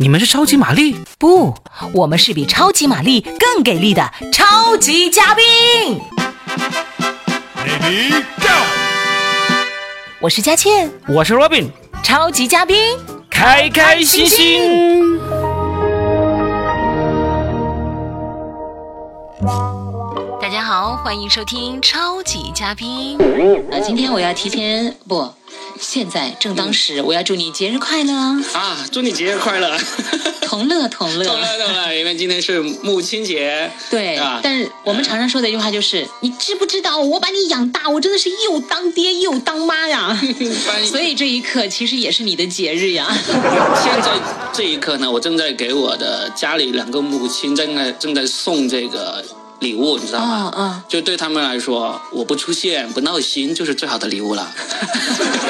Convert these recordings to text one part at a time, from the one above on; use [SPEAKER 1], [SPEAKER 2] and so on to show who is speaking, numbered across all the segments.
[SPEAKER 1] 你们是超级玛丽？
[SPEAKER 2] 不，我们是比超级玛丽更给力的超级嘉宾。
[SPEAKER 3] Ready go！
[SPEAKER 2] 我是佳倩，
[SPEAKER 1] 我是 Robin，
[SPEAKER 2] 超级嘉宾。
[SPEAKER 1] 开开心心。
[SPEAKER 2] 大家好，欢迎收听超级嘉宾。
[SPEAKER 4] 啊，今天我要提前不，现在正当时，我要祝你节日快乐啊，
[SPEAKER 5] 啊，祝你节日 快乐！
[SPEAKER 4] 同乐同乐。
[SPEAKER 5] 懂了懂了，因为今天是母亲节，
[SPEAKER 4] 对，
[SPEAKER 5] 啊
[SPEAKER 4] 但是我们常常说的一句话就是：你知不知道我把你养大，我真的是又当爹又当妈呀。
[SPEAKER 5] 翻 译
[SPEAKER 4] 所以这一刻其实也是你的节日 呀。
[SPEAKER 5] 现在这一刻呢，我正在给我的家里两个母亲正在正在送这个礼物，你知道吗？
[SPEAKER 4] 嗯嗯
[SPEAKER 5] 就对他们来说，我不出现不闹心就是最好的礼物 了。
[SPEAKER 4] 嗯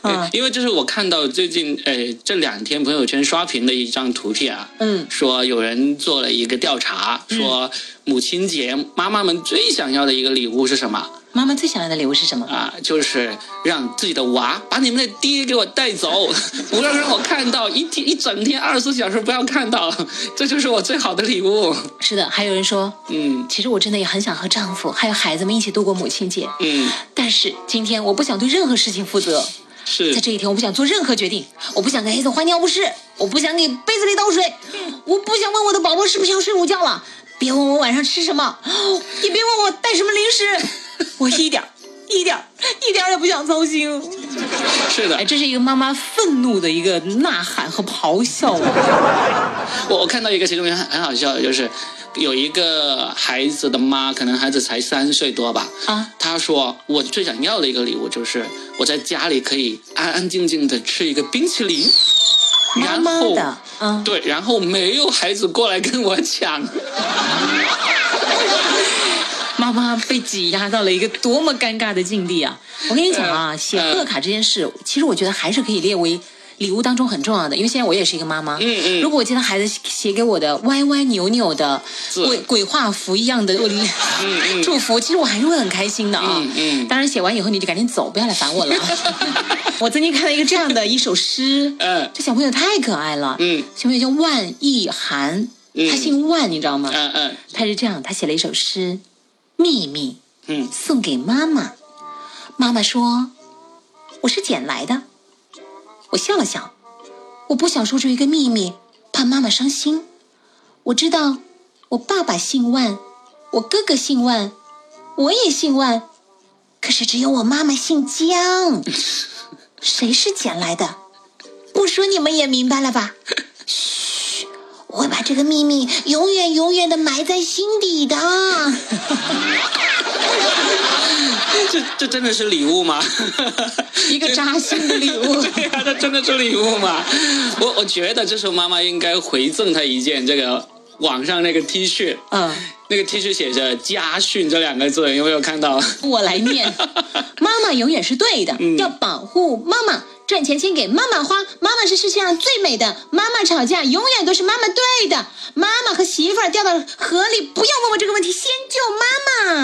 [SPEAKER 5] 对因为这是我看到最近呃这两天朋友圈刷屏的一张图片啊，
[SPEAKER 4] 嗯
[SPEAKER 5] 说有人做了一个调查，说母亲节妈妈们最想要的一个礼物是什么？
[SPEAKER 4] 妈妈最想要的礼物是什么？
[SPEAKER 5] 啊，就是让自己的娃把你们的爹给我带走，不要让我看到一天一整天二十四小时不要看到，这就是我最好的礼物。
[SPEAKER 4] 是的，还有人说，
[SPEAKER 5] 嗯
[SPEAKER 4] 其实我真的也很想和丈夫还有孩子们一起度过母亲节，
[SPEAKER 5] 嗯，
[SPEAKER 4] 但是今天我不想对任何事情负责。
[SPEAKER 5] 是
[SPEAKER 4] 在这一天，我不想做任何决定，我不想给黑子换尿不湿，我不想给杯子里倒水，我不想问我的宝宝是不是要睡午觉了，别问我晚上吃什么，也别问我带什么零 食，我一点儿一点儿一点儿也不想操心。
[SPEAKER 5] 是的
[SPEAKER 4] 哎，，这是一个妈妈愤怒的一个呐喊和咆哮啊！
[SPEAKER 5] 我我看到一个其中很很好笑的，就是有一个孩子的妈，可能孩子才三岁多吧，
[SPEAKER 4] 啊，
[SPEAKER 5] 她说我最想要的一个礼物就是我在家里可以安安静静的吃一个冰淇淋，
[SPEAKER 4] 妈
[SPEAKER 5] 然
[SPEAKER 4] 妈
[SPEAKER 5] 后
[SPEAKER 4] 的，嗯，
[SPEAKER 5] 对，然后没有孩子过来跟我抢。
[SPEAKER 4] 妈妈被挤压到了一个多么尴尬的境地啊！我跟你讲啊，
[SPEAKER 5] 呃
[SPEAKER 4] 写贺卡这件事，其实我觉得还是可以列为礼物当中很重要的，因为现在我也是一个妈妈。
[SPEAKER 5] 嗯嗯
[SPEAKER 4] 如果我接到孩子写给我的歪歪扭扭的
[SPEAKER 5] 字
[SPEAKER 4] 鬼鬼画符一样的我
[SPEAKER 5] 嗯
[SPEAKER 4] 祝福，其实我还是会很开心的啊。
[SPEAKER 5] 嗯嗯
[SPEAKER 4] 当然，写完以后你就赶紧走，不要来烦 我了。我曾经看到一个这样的一首诗，
[SPEAKER 5] 嗯
[SPEAKER 4] 这小朋友太可爱了。
[SPEAKER 5] 嗯
[SPEAKER 4] 小朋友叫万意涵，
[SPEAKER 5] 嗯
[SPEAKER 4] 他姓万，你知道吗？
[SPEAKER 5] 嗯嗯
[SPEAKER 4] 他是这样，他写了一首诗，《秘密》。
[SPEAKER 5] 嗯，
[SPEAKER 4] 送给妈妈。妈妈说：“我是捡来的。”我笑了笑，我不想说出一个秘密，怕妈妈伤心。我知道，我爸爸姓万，我哥哥姓万，我也姓万，可是只有我妈妈姓江。谁是捡来的？不说你们也明白了吧？嘘，我会把这个秘密永远永远的埋在心底的。
[SPEAKER 5] 嗯这这真的是礼物吗？
[SPEAKER 4] 一个扎心的礼物。
[SPEAKER 5] 对呀、这真的是礼物吗？我我觉得这时候妈妈应该回赠他一件这个网上那个 T 恤，
[SPEAKER 4] 嗯，
[SPEAKER 5] 那个 T 恤写着“家训”这两个字，有没有 看到？
[SPEAKER 4] 我来念，妈妈永远是对的，要保护妈妈。赚钱先给妈妈花，妈妈是世界上最美的。妈妈吵架永远都是妈妈对的。妈妈和媳妇儿掉到河里，不要问我这个问题，先救妈妈。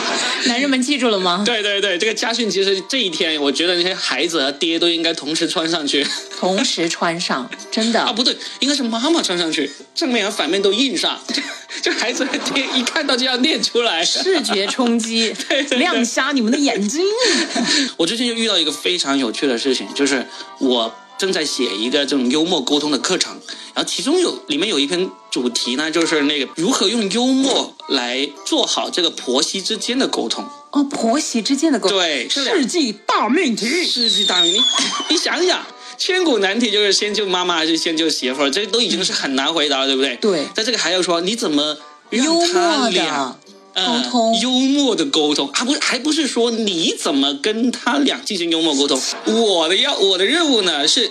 [SPEAKER 4] 男人们记住了吗？
[SPEAKER 5] 对对对，这个家训其实这一天，我觉得那些孩子和爹都应该同时穿上去
[SPEAKER 4] 同时穿上，真的
[SPEAKER 5] 啊，不对，应该是妈妈穿上去，正面和反面都印上， 这这孩子和爹一看到就要念出来。
[SPEAKER 4] 视觉冲 击，
[SPEAKER 5] 对对
[SPEAKER 4] 亮瞎你们的眼 睛。
[SPEAKER 5] 我最近就遇到一个非常有趣的事情，就是我正在写一个这种幽默沟通的课程，然后其中有里面有一篇主题呢，就是那个如何用幽默来做好这个婆媳之间的沟通。
[SPEAKER 4] 哦，婆媳之间的沟通，
[SPEAKER 5] 对这两
[SPEAKER 4] 世纪大命题。
[SPEAKER 5] 世纪大运，你你想想。千古难题就是先救妈妈还是先救媳妇儿，这都已经是很难回答了，对不对？
[SPEAKER 4] 对
[SPEAKER 5] 在这个还要说你怎么让
[SPEAKER 4] 幽
[SPEAKER 5] 他
[SPEAKER 4] 默
[SPEAKER 5] 俩
[SPEAKER 4] 的沟通
[SPEAKER 5] 呃、幽默的沟通，啊还不还不是说你怎么跟他俩进行幽默沟通？我的要我的任务呢是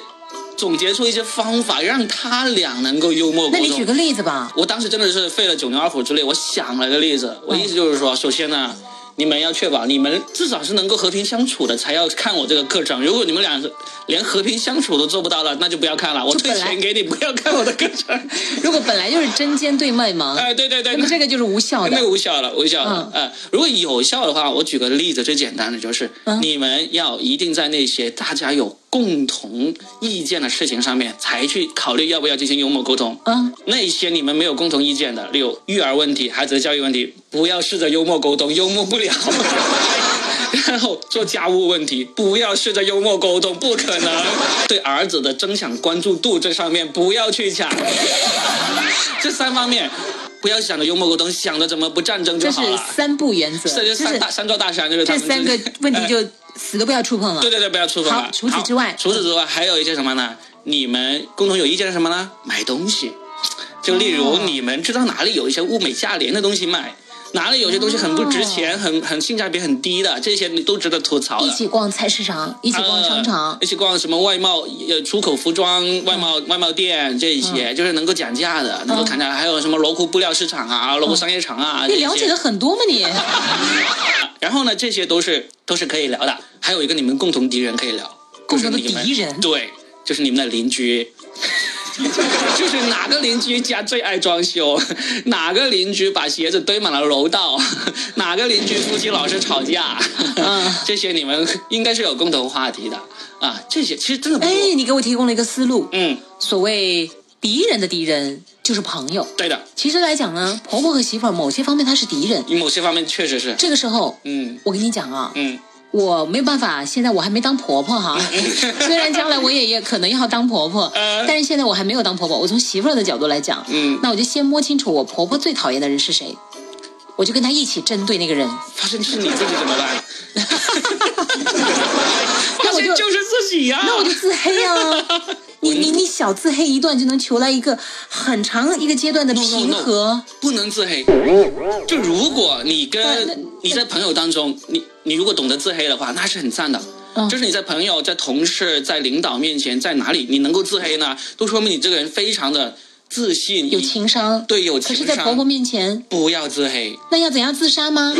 [SPEAKER 5] 总结出一些方法，让他俩能够幽默沟
[SPEAKER 4] 那你举
[SPEAKER 5] 通。
[SPEAKER 4] 个例子吧。
[SPEAKER 5] 我当时真的是费了九牛二虎之力，我想了个例子，我意思就是说，首先呢。你们要确保你们至少是能够和平相处的，才要看我这个课程。如果你们俩是连和平相处都做不到了，那就不要看了。我
[SPEAKER 4] 就
[SPEAKER 5] 退
[SPEAKER 4] 本来
[SPEAKER 5] 钱给你，不要看我的课 程。
[SPEAKER 4] 如果本来就是针尖对麦芒，
[SPEAKER 5] 哎，对对对，
[SPEAKER 4] 那么这个就是无效
[SPEAKER 5] 哎那个
[SPEAKER 4] 的。嗯
[SPEAKER 5] 无效了，无效了。呃，如果有效的话，我举个例子，最简单的就是，
[SPEAKER 4] 嗯
[SPEAKER 5] 你们要一定在那些大家有共同意见的事情上面，才去考虑要不要进行幽默沟通。
[SPEAKER 6] 嗯，
[SPEAKER 5] 那些你们没有共同意见的，例如育儿问题、孩子的教育问题，不要试着幽默沟通，幽默 不了。然后做家务问题，不要试着幽默沟通，不可能。对儿子的争抢关注度这上面，不要去抢。这三方面，不要想着幽默沟通，想着怎么不战争就
[SPEAKER 4] 这
[SPEAKER 5] 好
[SPEAKER 4] 是
[SPEAKER 5] 了。
[SPEAKER 4] 三不原则，
[SPEAKER 5] 这
[SPEAKER 4] 就
[SPEAKER 5] 就是三大三座大山，就是他
[SPEAKER 4] 这
[SPEAKER 5] 们
[SPEAKER 4] 三个
[SPEAKER 5] 之间
[SPEAKER 4] 问题
[SPEAKER 5] 哎
[SPEAKER 4] 就死都不要触碰了
[SPEAKER 5] 对。对对，不要触碰
[SPEAKER 4] 好
[SPEAKER 5] 了。
[SPEAKER 4] 除此之外
[SPEAKER 5] 除此之外还有一些什么呢？你们共同有意见是什么呢？买东西，就例如你们知道哪里有一些物美价廉的东西卖，哪里有些东西很不值钱，很很性价比很低的，这些你都值得吐槽的。
[SPEAKER 6] 一起逛菜市场，一起逛商场，
[SPEAKER 5] 呃一起逛什么外贸、呃出口服装、外贸、外贸店这一些，就是能够讲价的，能够砍价的。还有什么罗湖布料市场啊、罗湖商业城啊，
[SPEAKER 4] 你
[SPEAKER 5] 这
[SPEAKER 4] 哎了
[SPEAKER 5] 些
[SPEAKER 4] 解的很多吗你？
[SPEAKER 5] 然后呢，这些都是都是可以聊的。还有一个你们共同敌人可以聊，
[SPEAKER 4] 共同的
[SPEAKER 5] 就是你们
[SPEAKER 4] 敌人
[SPEAKER 5] 对，就是你们的邻 居。就是哪个邻居家最爱装修，哪个邻居把鞋子堆满了楼道， 哪个邻居夫妻老是吵架，
[SPEAKER 4] 嗯
[SPEAKER 5] 这些你们应该是有共同话题的啊。这些其实真的不多，
[SPEAKER 4] 哎，你给我提供了一个思路，
[SPEAKER 5] 嗯，
[SPEAKER 4] 所谓敌人的敌人就是朋友。
[SPEAKER 5] 对的，
[SPEAKER 4] 其实来讲呢，
[SPEAKER 6] 婆婆和媳妇儿某些方面她是敌人。
[SPEAKER 5] 某些方面确实是，
[SPEAKER 4] 这个时候
[SPEAKER 5] 嗯
[SPEAKER 4] 我跟你讲啊，
[SPEAKER 5] 嗯，
[SPEAKER 4] 我没有办法，现在我还没当婆婆 哈。虽然将来我也也可能要当婆婆，
[SPEAKER 5] 呃
[SPEAKER 4] 但是现在我还没有当婆婆。我从媳妇儿的角度来讲，
[SPEAKER 5] 嗯
[SPEAKER 4] 那我就先摸清楚我婆婆最讨厌的人是谁，我就跟她一起针对那个人。
[SPEAKER 5] 发现是你自己怎么办？发
[SPEAKER 4] 那我
[SPEAKER 5] 现
[SPEAKER 4] 就
[SPEAKER 5] 就是自己呀、
[SPEAKER 4] 那我就自黑 啊！你你你小自黑一段就能求来一个很长一个阶段的
[SPEAKER 5] No, no, no.
[SPEAKER 4] 平和。
[SPEAKER 5] 不能自黑。就如果你
[SPEAKER 4] 那
[SPEAKER 5] 跟你在朋友当中，你你如果懂得自黑的话，那是很赞的。
[SPEAKER 4] 嗯
[SPEAKER 5] 就是你在朋友、在同事、在领导面前，在哪里你能够自黑呢？都说明你这个人非常的自信，
[SPEAKER 4] 有情商，
[SPEAKER 5] 对有
[SPEAKER 4] 可
[SPEAKER 5] 情
[SPEAKER 4] 是，
[SPEAKER 5] 商。
[SPEAKER 4] 在婆婆面前，
[SPEAKER 5] 不要自黑，
[SPEAKER 4] 那要怎样自杀 吗？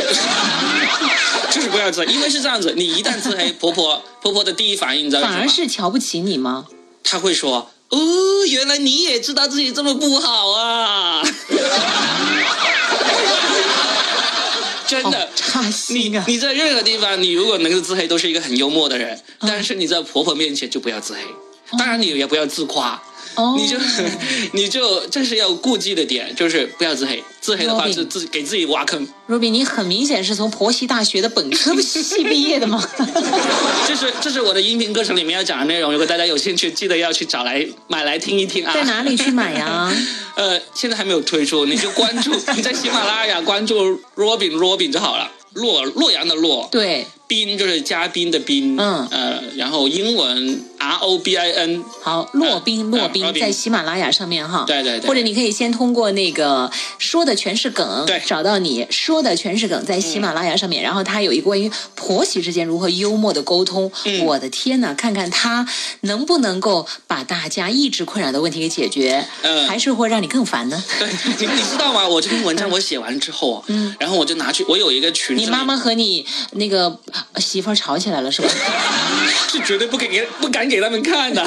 [SPEAKER 5] 就是不要自黑，因为是这样子，你一旦自 黑，婆婆婆婆的第一反应你知道是什
[SPEAKER 4] 反
[SPEAKER 5] 么？
[SPEAKER 4] 而是瞧不起你吗？
[SPEAKER 5] 她会说：“哦，原来你也知道自己这么不好啊！”真的，
[SPEAKER 4] 差
[SPEAKER 5] 你
[SPEAKER 4] 哦心啊！
[SPEAKER 5] 你在任何地方，你如果能够自黑，都是一个很幽默的人。
[SPEAKER 4] 嗯
[SPEAKER 5] 但是你在婆婆面前就不要自黑，当然你也不要自夸，
[SPEAKER 4] 哦，
[SPEAKER 5] 你就你就这是要顾忌的点，就是不要自黑。自黑的话
[SPEAKER 4] Robin
[SPEAKER 5] 是自己给自己挖坑，
[SPEAKER 4] Ruby，你很明显是从婆媳大学的本 科系毕业的嘛？
[SPEAKER 5] 这是这是我的音频课程里面要讲的内容。如果大家有兴趣，记得要去找来买来听一听啊。
[SPEAKER 4] 在哪里去买呀？
[SPEAKER 5] 呃，现在还没有推出，你就关注你在喜马拉雅关注 Robin Robin 就好了。洛洛阳的洛，
[SPEAKER 4] 对，
[SPEAKER 5] 宾就是嘉宾的宾，
[SPEAKER 4] 嗯
[SPEAKER 5] 呃，然后英文 R O B I N
[SPEAKER 4] 好，洛宾，
[SPEAKER 5] 嗯
[SPEAKER 4] 洛
[SPEAKER 5] 洛
[SPEAKER 4] 宾
[SPEAKER 5] 宾
[SPEAKER 4] 在喜马拉雅上面哈。
[SPEAKER 5] 对对对
[SPEAKER 4] 或者你可以先通过那个说的全是梗，
[SPEAKER 5] 对嗯
[SPEAKER 4] 找到你说的全是梗在喜马拉雅上面，然后他有一个关于婆媳之间如何幽默的沟通。
[SPEAKER 5] 嗯
[SPEAKER 4] 我的天呐，看看他能不能够把大家一直困扰的问题给解决，
[SPEAKER 5] 嗯
[SPEAKER 4] 还是会让你更烦 呢？
[SPEAKER 5] 对，你你知道吗？我这篇文章我写完之后，嗯，然后我就拿去，我有一个群子
[SPEAKER 4] 你
[SPEAKER 5] 里，
[SPEAKER 4] 妈妈和你那个呃媳妇儿吵起来了是吧？
[SPEAKER 5] 是绝对不给给不敢给他们 看的。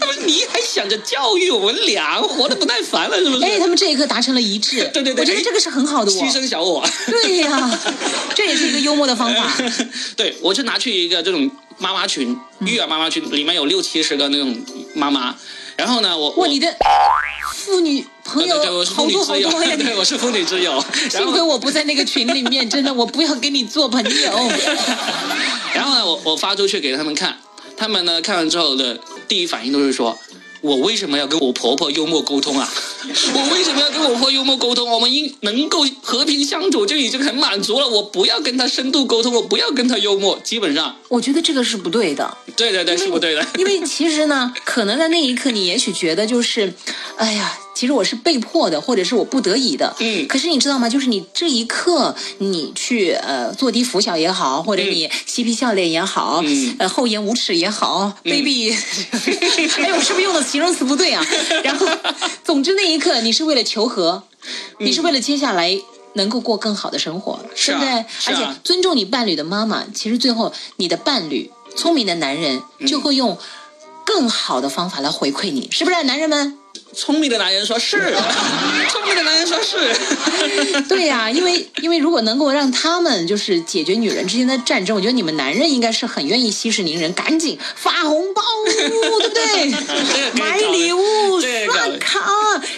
[SPEAKER 5] 他们你还想着教育我们俩，活得不耐烦了是不是？
[SPEAKER 4] 哎，他们这一刻达成了一致。
[SPEAKER 5] 对哎对对
[SPEAKER 4] 我觉得这个是很好的我。
[SPEAKER 5] 牺牲小我。
[SPEAKER 4] 对呀、 这也是一个幽默的方法。嗯
[SPEAKER 5] 对，我就拿去一个这种妈妈群，育儿妈妈群，里面有六七十个那种妈妈。然后呢，我
[SPEAKER 4] 哇，你的妇女朋友
[SPEAKER 5] 对对我是
[SPEAKER 4] 好
[SPEAKER 5] 妇女
[SPEAKER 4] 多好
[SPEAKER 5] 之友
[SPEAKER 4] 多 呀！，你
[SPEAKER 5] 对，我是妇女 之友。然
[SPEAKER 4] 幸
[SPEAKER 5] 后
[SPEAKER 4] 亏我不在那个群里面，真的，我不要跟你做朋友。
[SPEAKER 5] 然后呢，我我发出去给他们看，他们呢看完之后的第一反应都是说。我为什么要跟我婆婆幽默沟通啊？ 我为什么要跟我婆婆幽默沟通？我们应能够和平相处就已经很满足了。我不要跟她深度沟通，我不要跟她幽默。基本上，
[SPEAKER 4] 我觉得这个是不对的。
[SPEAKER 5] 对对对，是不对的。
[SPEAKER 4] 因为其实呢，可能在那一刻，你也许觉得就是，哎呀，其实我是被迫的，或者是我不得已的。
[SPEAKER 5] 嗯
[SPEAKER 4] 可是你知道吗？就是你这一刻，你去呃坐低拂晓也好，或者你嬉皮笑脸也好，
[SPEAKER 5] 嗯
[SPEAKER 4] 呃厚颜无耻也好、b a b y 哎，我是不是用的形容词不对 啊？然后，总之那一刻，你是为了求和，你是为了接下来。能够过更好的生活，
[SPEAKER 5] 嗯是啊
[SPEAKER 4] 对不对？
[SPEAKER 5] 是
[SPEAKER 4] 而
[SPEAKER 5] 啊
[SPEAKER 4] 且尊重你伴侣的妈妈，其实最后你的伴侣，
[SPEAKER 5] 嗯
[SPEAKER 4] 聪明的男人就会用更好的方法来回馈你，是不是，男人们？
[SPEAKER 5] 聪明的男人说是， 聪明的男人说是，
[SPEAKER 4] 对呀、因为因为如果能够让他们就是解决女人之间的战争，我觉得你们男人应该是很愿意息事宁人，赶紧发红包，对不
[SPEAKER 5] 这个可以
[SPEAKER 4] 对？
[SPEAKER 5] 搞
[SPEAKER 4] 买礼物，
[SPEAKER 5] 这个搞
[SPEAKER 4] 刷卡。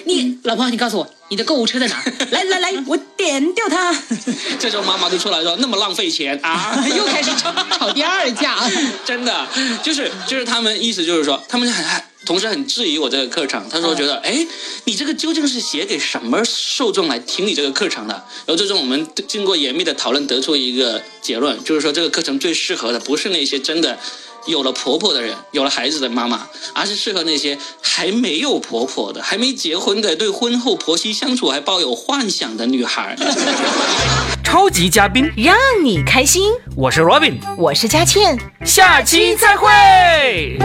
[SPEAKER 4] 你老婆，你告诉我你的购物车在哪儿？来来来，我点掉它。
[SPEAKER 5] 这时候妈妈就出来说那么浪费钱啊，
[SPEAKER 4] 又开始吵吵第二架。啊
[SPEAKER 5] 真的，就是就是他们意思就是说，他们很很同时很质疑我这个课程，他说觉得，哎、你这个究竟是写给什么受众来听你这个课程的？然后最终我们经过严密的讨论，得出一个结论，就是说这个课程最适合的不是那些真的。有了婆婆的人，有了孩子的妈妈，而是适合那些还没有婆婆的、还没结婚的、对婚后婆媳相处还抱有幻想的女孩。
[SPEAKER 1] 超级嘉宾，
[SPEAKER 2] 让你开心。
[SPEAKER 1] 我是 Robin，
[SPEAKER 2] 我是佳倩。
[SPEAKER 1] 下期再会。